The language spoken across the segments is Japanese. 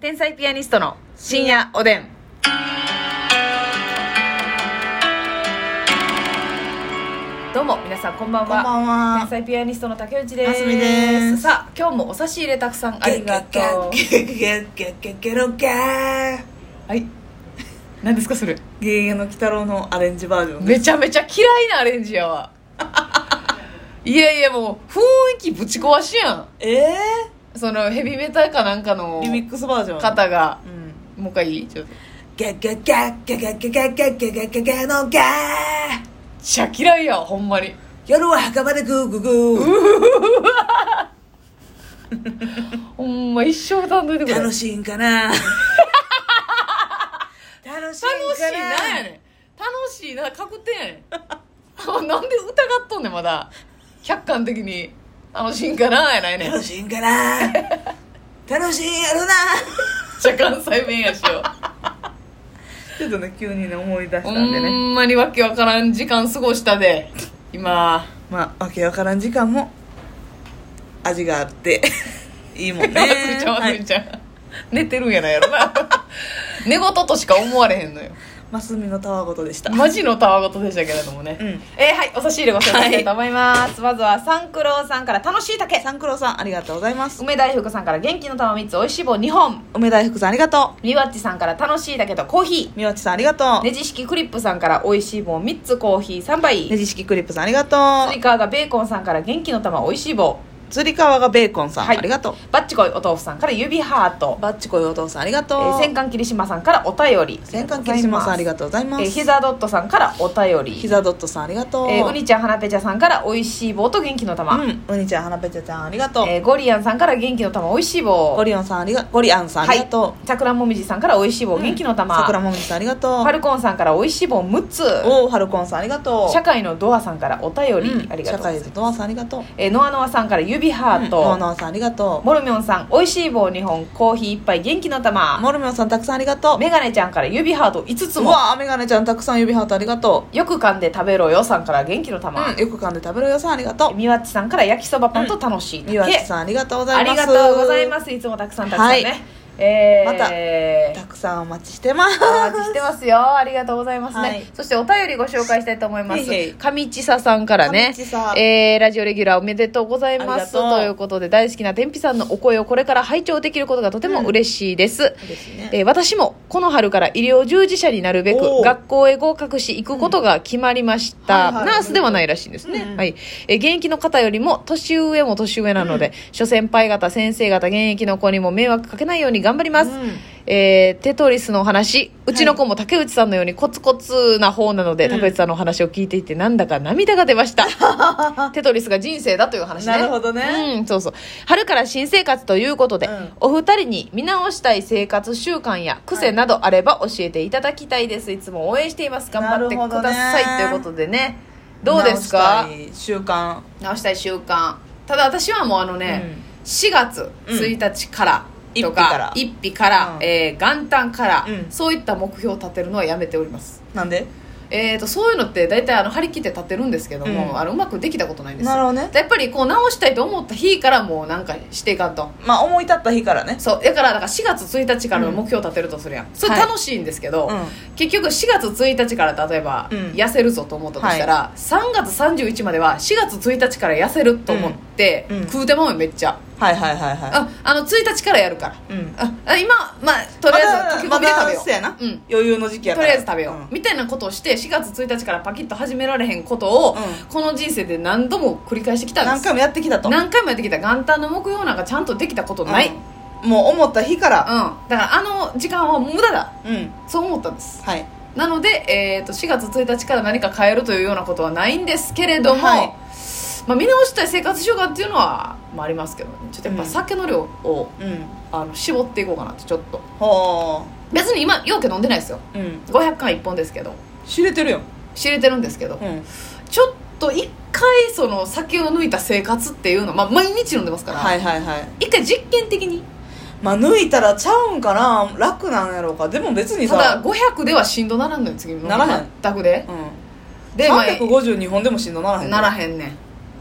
天才ピアニストの深夜おでん。どうも皆さんこんばんこんばは。んは天。才ピアニストの竹内です。ますみですさあ今日もお差し入れたくさんありがとう。ゲゲゲゲゲゲロゲー。はい。何ですかそれ。ゲゲゲの鬼太郎のアレンジバージョンでめちゃめちゃ嫌いなアレンジやわ。いやいやもう雰囲気ぶち壊しやん。す。えそのヘビメタかなんかのー、リミックスバージョン。方がう。ん。もう一回いいちょっと。ゲゲゲゲゲゲゲゲゲゲゲゲのゲー。めっちゃ嫌いやわほんまに。夜は墓場でグーグーグほんま一生歌んといてくー。れ。楽しいんかな。楽しいん楽しいかなんやな。ねん楽しいな確定やねん なんで疑っとんねんまだ客観的に楽しいんかなやないねんめっ楽しいんかな。楽しいやろな。ちゃ関西弁やし よちょっとね急にね思い出しほんまにわけわからん時間過ごしたで今まあわけわからん時間も味があって いいもんねわすみちゃんわすみちゃん、寝てるんやないやろな 寝言としか思われへんのよますみのたわごとでしたマジのたわごとでしたけれどもね、うんえーはいお差し入れご紹介したいと思います、まずは三九郎さんから楽しい竹三九郎さんありがとうございます梅大福さんから元気の玉3つおいしい棒2本梅大福さんありがとみわっちさんから楽しいだけどコーヒうみわちさんありがとーうねじ式クリップさんから美味しい棒3つコーヒー3ね杯じ式クリップさんありがスとニカーがベーコンさんから元気の玉美味しい棒うつりかわがベーコンさん、はいありがとうバッチコイお豆腐さんから指ハート、バッチコイお父さんありがえとう、ー、戦艦霧島さんからお便り戦艦霧島さんありがとうございます、えー、ヒザドットさんからお便りひざドットさんありがとう、えー、うにちゃんはなぺちゃさんから美味しい棒と元気の玉、うんうにちゃんはなぺちゃちゃんありがとう、えー、ゴリアンさんから元気の玉美味しい棒ゴリオンさんありがゴリアンさんありがとはい、桜もみじさんから美味しい棒、う、元気の玉桜もみじさんありがとフうァルコンさんから美味しい棒6つおおはるこんさんありがとう社会のドアさんからお便り、うんありがとうござい社ます会のドアさんありがとうえーノアノアさんから指ハーノアト、ノアさんありがとモルミョンさん美味しい棒2本コーヒー1杯元気のう玉モルミョンさんたくさんありがとうメガネちゃんから指ハート5つうもわあメガネちゃんたくさん指ハートありがとよく噛んで食べろよさんから元気のう、玉、うん、よく噛んで食べろよさんありがとうみわっちさんから焼きそばパンと楽しいだけ、みわちさんありがとうござあいまりがすとうございますすいつもたくさんたくさんね、はいえー、またくさんお待ちしてますお待ちしてますよありがとうございますね、はいそしてお便りご紹介したいと思いますへいへい上千佐さんからね上千佐えーラジオレギュラーおめでとうございますありがととういうことで大好きな天日さんのお声をこれから拝聴できることがとても嬉しいです、嬉しいねえー私もこの春から医療従事者になるべくおー学校へ合格し行くことが決まりました、うんはいはいナースではないらしいんですね、うんうんはいえー現役の方よりも年上も年上なので、諸先輩方先生方現役の子にも迷惑かけないように頑張ります、うんえーテトリスのお話うちの子も竹内さんのようにコツコツな方なので、うん竹内さんのお話を聞いていてなんだか涙が出ました テトリスが人生だという話ねなるほどねうんそうそう春から新生活ということで、うんお二人に見直したい生活習慣や癖などあれば教えていただきたいですいつも応援しています頑張ってなるほどくねださい、ということでねどうですか直したい習慣直したい習慣ただ私はもうあのね、うん4月うん1日からと一日かから一日から、うんえー元旦から、うんそういった目標を立てるのはやめておりますなんでえー、とそういうのって大体あの張り切って立てるんですけども、ううんあのうまくできたことないんですよなるほどねやっぱりこう直したいと思った日からもうなんかしていかんとまあ思い立った日からねそうだからだから4月1日からの目標を立てるとするやん、それはい楽しいんですけど、うん結局4月1日から例えばうん痩せるぞと思ったとしたら、3月31までは4月1日から痩せると思って、うんうん食うてまうよめっちゃ、はいはいはいはいああの1日からやるからうんああ今まあとりあえず駆け込みでまだま食べだよそうやな、う、うん、余裕の時期やかとらりあえず食べよう、んみたいなことをして4月1日からパキッと始められへんことを、うんこの人生で何度も繰り返してきたんで何す回もやってきたと何回もやってきた元旦の目標なんかちゃんとできたことない、うんうんもう思った日からだからあの時間は無駄だうん、そう思ったんですはいなので、えー、と4月1日から何か変えるというようなことはないんですけれども、はいまあ、見直したい生活習慣っていうのは、まあ、ありますけどねちょっとやっぱうん酒の量を、うんあの絞っていこうかなってちょっとほ別に今ようけ飲んでないですよううん500缶1本ですけど知れてるよ知れてるんですけど、うんちょっと一回その酒を抜いた生活っていうのまあ、毎日飲んでますから、はいはいはい一回実験的にまあ抜いたらちゃうんかな楽なんやろうかでも別にたださ500ではしんどならんのよ次のならへん全くでうんで、まあ352本でもしんどならへんならへんねん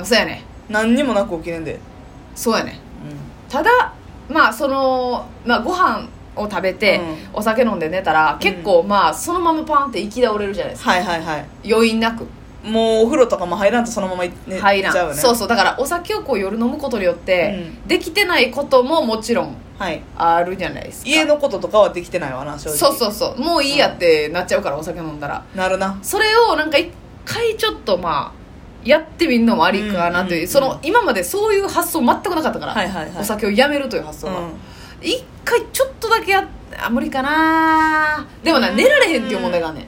あそうやね何にもなく起きれんでそうやねただまあその、まあ、ご飯を食べて、お酒飲んで寝たら結構まあそのままパンって行き倒れるじゃないですかはいはいはい余韻なくもうお風呂とかも入らんとそのままい寝入らん、ちゃうよねそうそうだからお酒をこう夜飲むことによって、できてないことももちろんはいあるじゃないですか家のこととかはできてないわな正直そうそうそうもういいやってなっちゃうから、お酒飲んだらなるなそれをなんか一回ちょっとまあやってみるのもありかなという、うんうんその今までそういう発想全くなかったから、はいはいはいお酒をやめるという発想うが、ん一回ちょっとだけやっあ無理かなでもなうん寝られへんっていう問題があんねん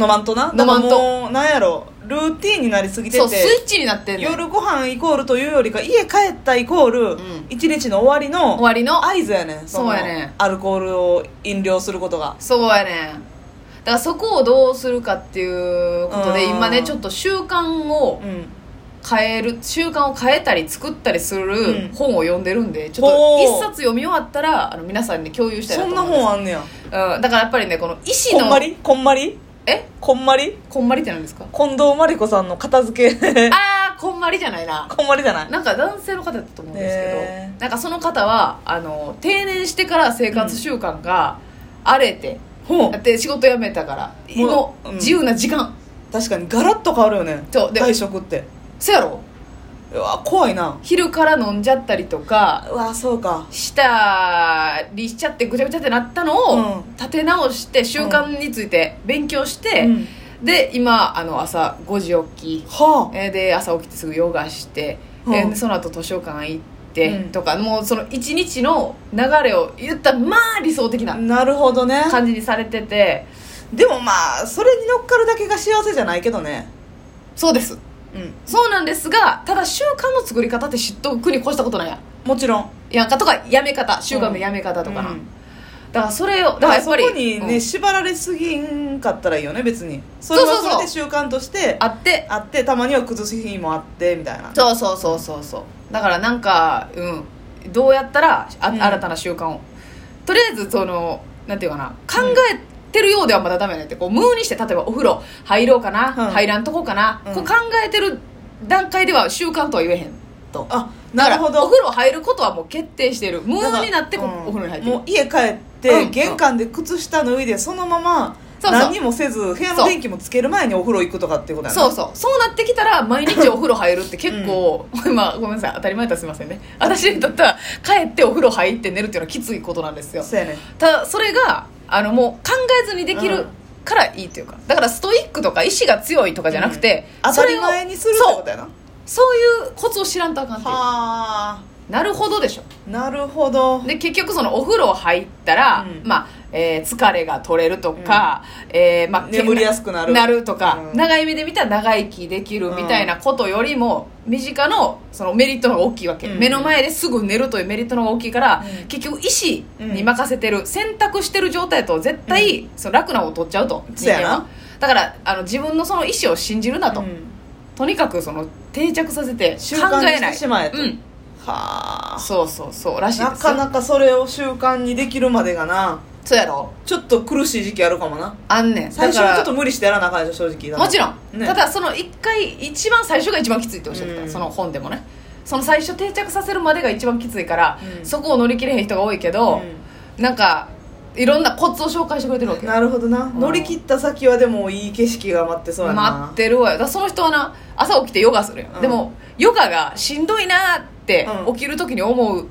飲まんとな飲まんとだからもうなんやろルーティンになりすぎてそうスイてッチになってんねん夜ご飯イコールというよりか家帰ったイコールん一日の終わり終のわりの合図やねんのそうやねアルコールを飲料することがそうやねんだからそこをどうするかっていうことでうん今ねちょっと習慣をうん変える習慣を変えたり作ったりするうん本を読んでるんで、ちょっほうと一冊読み終わったらあの皆さんに共有したいなそとん思ないます本あんねやうん、だからやっぱりねこの医師のこんまりこんまりえこんまりこんまりって何ですか近藤真理子さんの片付け ああこんまりじゃないなこんまりじゃないなんか男性の方だったと思うんですけど、へなんかその方はあの定年してから生活習慣が荒れて、ほだって仕事辞めたからのもううん自由な時間、確かにガラッと変わるよねそうで退職ってそやろうわ怖いな昼から飲んじゃったりとかうわそうかしたりしちゃってぐちゃぐちゃってなったのをうん立て直して習慣について勉強して、うんで今あの朝5時起きはえーで朝起きてすぐヨガして、うんえーでその後図書館行ってうんとか、もうその一日の流れを言ったらまあ理想的なあなるほどね感じにされててでもまあそれに乗っかるだけが幸せじゃないけどねそうですうんそうなんですがただ習慣の作り方って知っとくに越したことないやんもちろんやんかとかやめ方習慣のやめ方とかな、うんだからそれをだかだかららやっそぱこりにうねん縛られすぎんかったらいいよね別にそれはそうそうそうそれで習慣としてあってあってたまには崩す日もあってみたいなそうそうそうそうそうだからなんかうんどうやったらあ、うん新たな習慣をとりあえずそのなんていうかな考えてるようではまだダメだってこう無にして例えばお風呂入ろうかな、うん入らんとこかな、うんこう考えてる段階では習慣とは言えへんとあなるほだからおど風呂入ることはもう決定してる無だからになってこううおん風呂に入ってるもう家帰っうんうてん玄関で靴下脱いでそのままそうそう何もせず部屋の電気もつける前にお風呂行くとかっていうことやなそうそうそうなってきたら毎日お風呂入 るって結構、まあごめんなさい当たり前だったらすいませんね私にとっては帰ってお風呂入って寝るっていうのはきついことなんですよそうやねただそれがあのもう考えずにできうるんからいいというかだからストイックとか意志が強いとかじゃなくて、当そたれりを前にするってことやなはそういうコツを知らんとあかんっていうあなるほどでしょなるほどで結局そのお風呂入ったら、うんまあえー疲れが取れるとか、えーまあ、眠りやすくなるなるとか、うん長い目で見たら長生きできるみたいなことよりも、身近のそのメリットの方が大きいわけ、うん目の前ですぐ寝るというメリットの方が大きいから、うん結局意思に任せてる、選択してる状態だと絶対、その楽な方を取っちゃうとそうやなはだからあの自分のその意思を信じるなと、うんとにかくその定着させて習考慣にえしなていしまえと、うんはあそうそうそうらしいですなかなかそれを習慣にできるまでがなそうやろちょっと苦しい時期あるかもなあんねん最初はちょだっとか無理してやらなあかんでしょ正直らもちろん、ねただその一回一番最初が一番きついっておっしゃってた、うんその本でもねその最初定着させるまでが一番きついから、うんそこを乗り切れへん人が多いけど、なんかいろんなコツを紹介してくれてるわうんけなるほどな、ん乗り切った先はでもいい景色が待ってそうやな待ってるわよだからその人はな朝起きてヨガするよ、うんでもヨガがしんどいなーってう起んきる時に思うっうん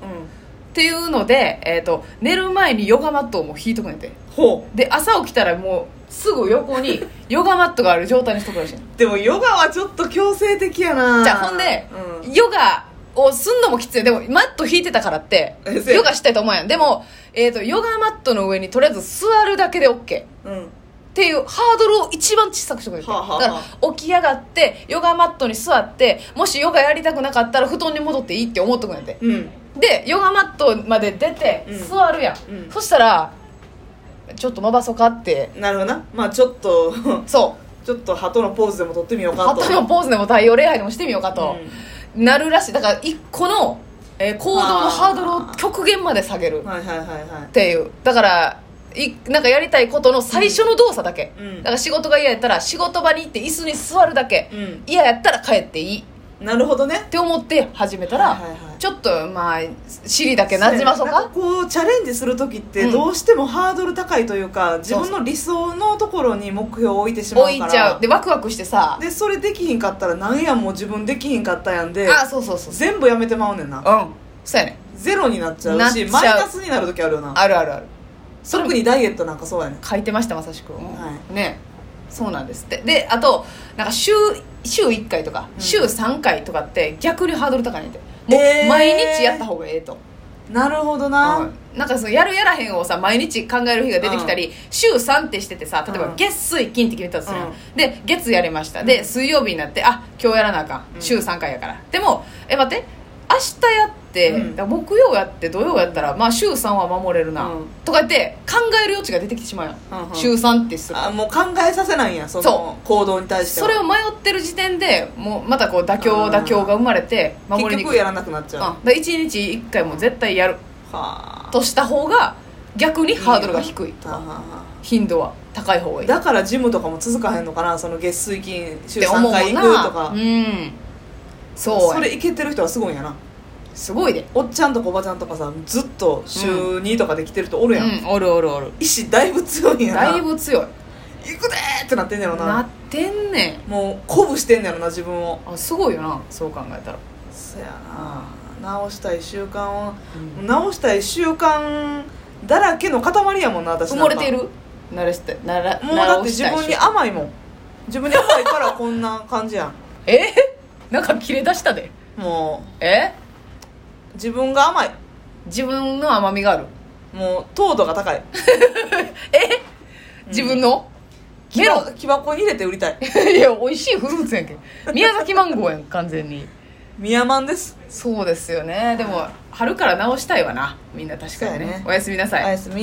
ていうので、えー、と寝る前にヨガマットをもう引いとくねんてほで朝起きたらもうすぐ横にヨガマットがある状態にしとくらしいのうでもヨガはちょっと強制的やなじゃあほんで、うんヨガをすんのもきついでもマット引いてたからってえせやヨガしたいと思うやんでも、えー、とヨガマットの上にとりあえず座るだけで OK っうんていうハードルを一番小さくしてくれて、はあはあだから起き上がってヨガマットに座ってもしヨガやりたくなかったら布団に戻っていいって思っとくんやてうんでヨガマットまで出てうん座るやん、うんそしたらちょっとまばそかってなるほどなまあちょっと そうちょっと鳩のポーズでも撮ってみようかと旗のポーズでも太陽礼拝でもしてみようかと、なるらしいだから一個の、えー行動のハードルを極限まで下げるうんはいはいはいはっていうだからいなんかやりたいことの最初の動作だけ、うんだから仕事が嫌やったら仕事場に行って椅子に座るだけ、いうん嫌やったら帰っていいなるほどねって思って始めたら、はいはいはいちょっとまあ尻だけなじまそうなんかこうチャレンジする時ってうんどうしてもハードル高いというか、自分の理想のところに目標を置いてしまう置かいらちゃうでワクワクしてさでそれできひんかったらなんやもう自分できひんかったやんであそうそうそうそ全部やめてまうねんなううんそうやねゼロになっちゃうなっちしゃうマイナスになる時あるよなあるあるあるそれ特もにダイエットなんかそうやねん書いてましたまさしく、はねそうなんですってであとなんか週週1回とか、うん週3回とかって逆にハードル高いねんてもうえー毎日やった方がええと、なるほどな、うんなんかそのやるやらへんをさ毎日考える日が出てきたり、週3ってしててさ例えうばん月水金って決めたとするやん、うんで月やりました、うでん水曜日になってあ今日やらなあかんうん週3回やから、でもえ待って明日やって、うんだから木曜やって土曜やったら、まあ、週3は守れるな、うんとか言って考える余地が出てきてしまうやん、うんうん週3ってするあもう考えさせないんやそその行動に対してそはれを迷ってる時点でもうまたこう妥協うん妥協が生まれて守り結にく局い、うん、やらなくなっちだゃう、から1日1回も絶対やるはあとした方が逆にハードルが低いとはあかはあは頻度は高い方がいあいっだからジムとかも続かへんのかなその月水金週て思3うも回ん行なくとか、うんそうそやれいけてる人はすごいんやなすごいでおっちゃんとかおばちゃんとかさずっと週2とかできてる人おるうやん、んおるおるおる意志だいぶ強いんやなだいぶ強い行くでーってなってんねやろななってんねもう鼓舞してんねやろな自分をんあすごいよなそう考えたらそやな直したい習慣を、う直したい習慣だらけの塊やもんな私埋なもんかれてるならしてならもうだ習ってうし自たい分にし甘いもん自分に甘いからこんな感じやえなんか切れ出したでんもえう自分が甘い自分の甘みがあるもう糖度が高い自分の、メロ ン木箱に入れて売り たいいや美味しいフルーツやんけ宮崎マンゴーやん完全にミヤマンですそうですよねでも春から直したいわなみんな確かにねそうやねおやすみなさいおやすみ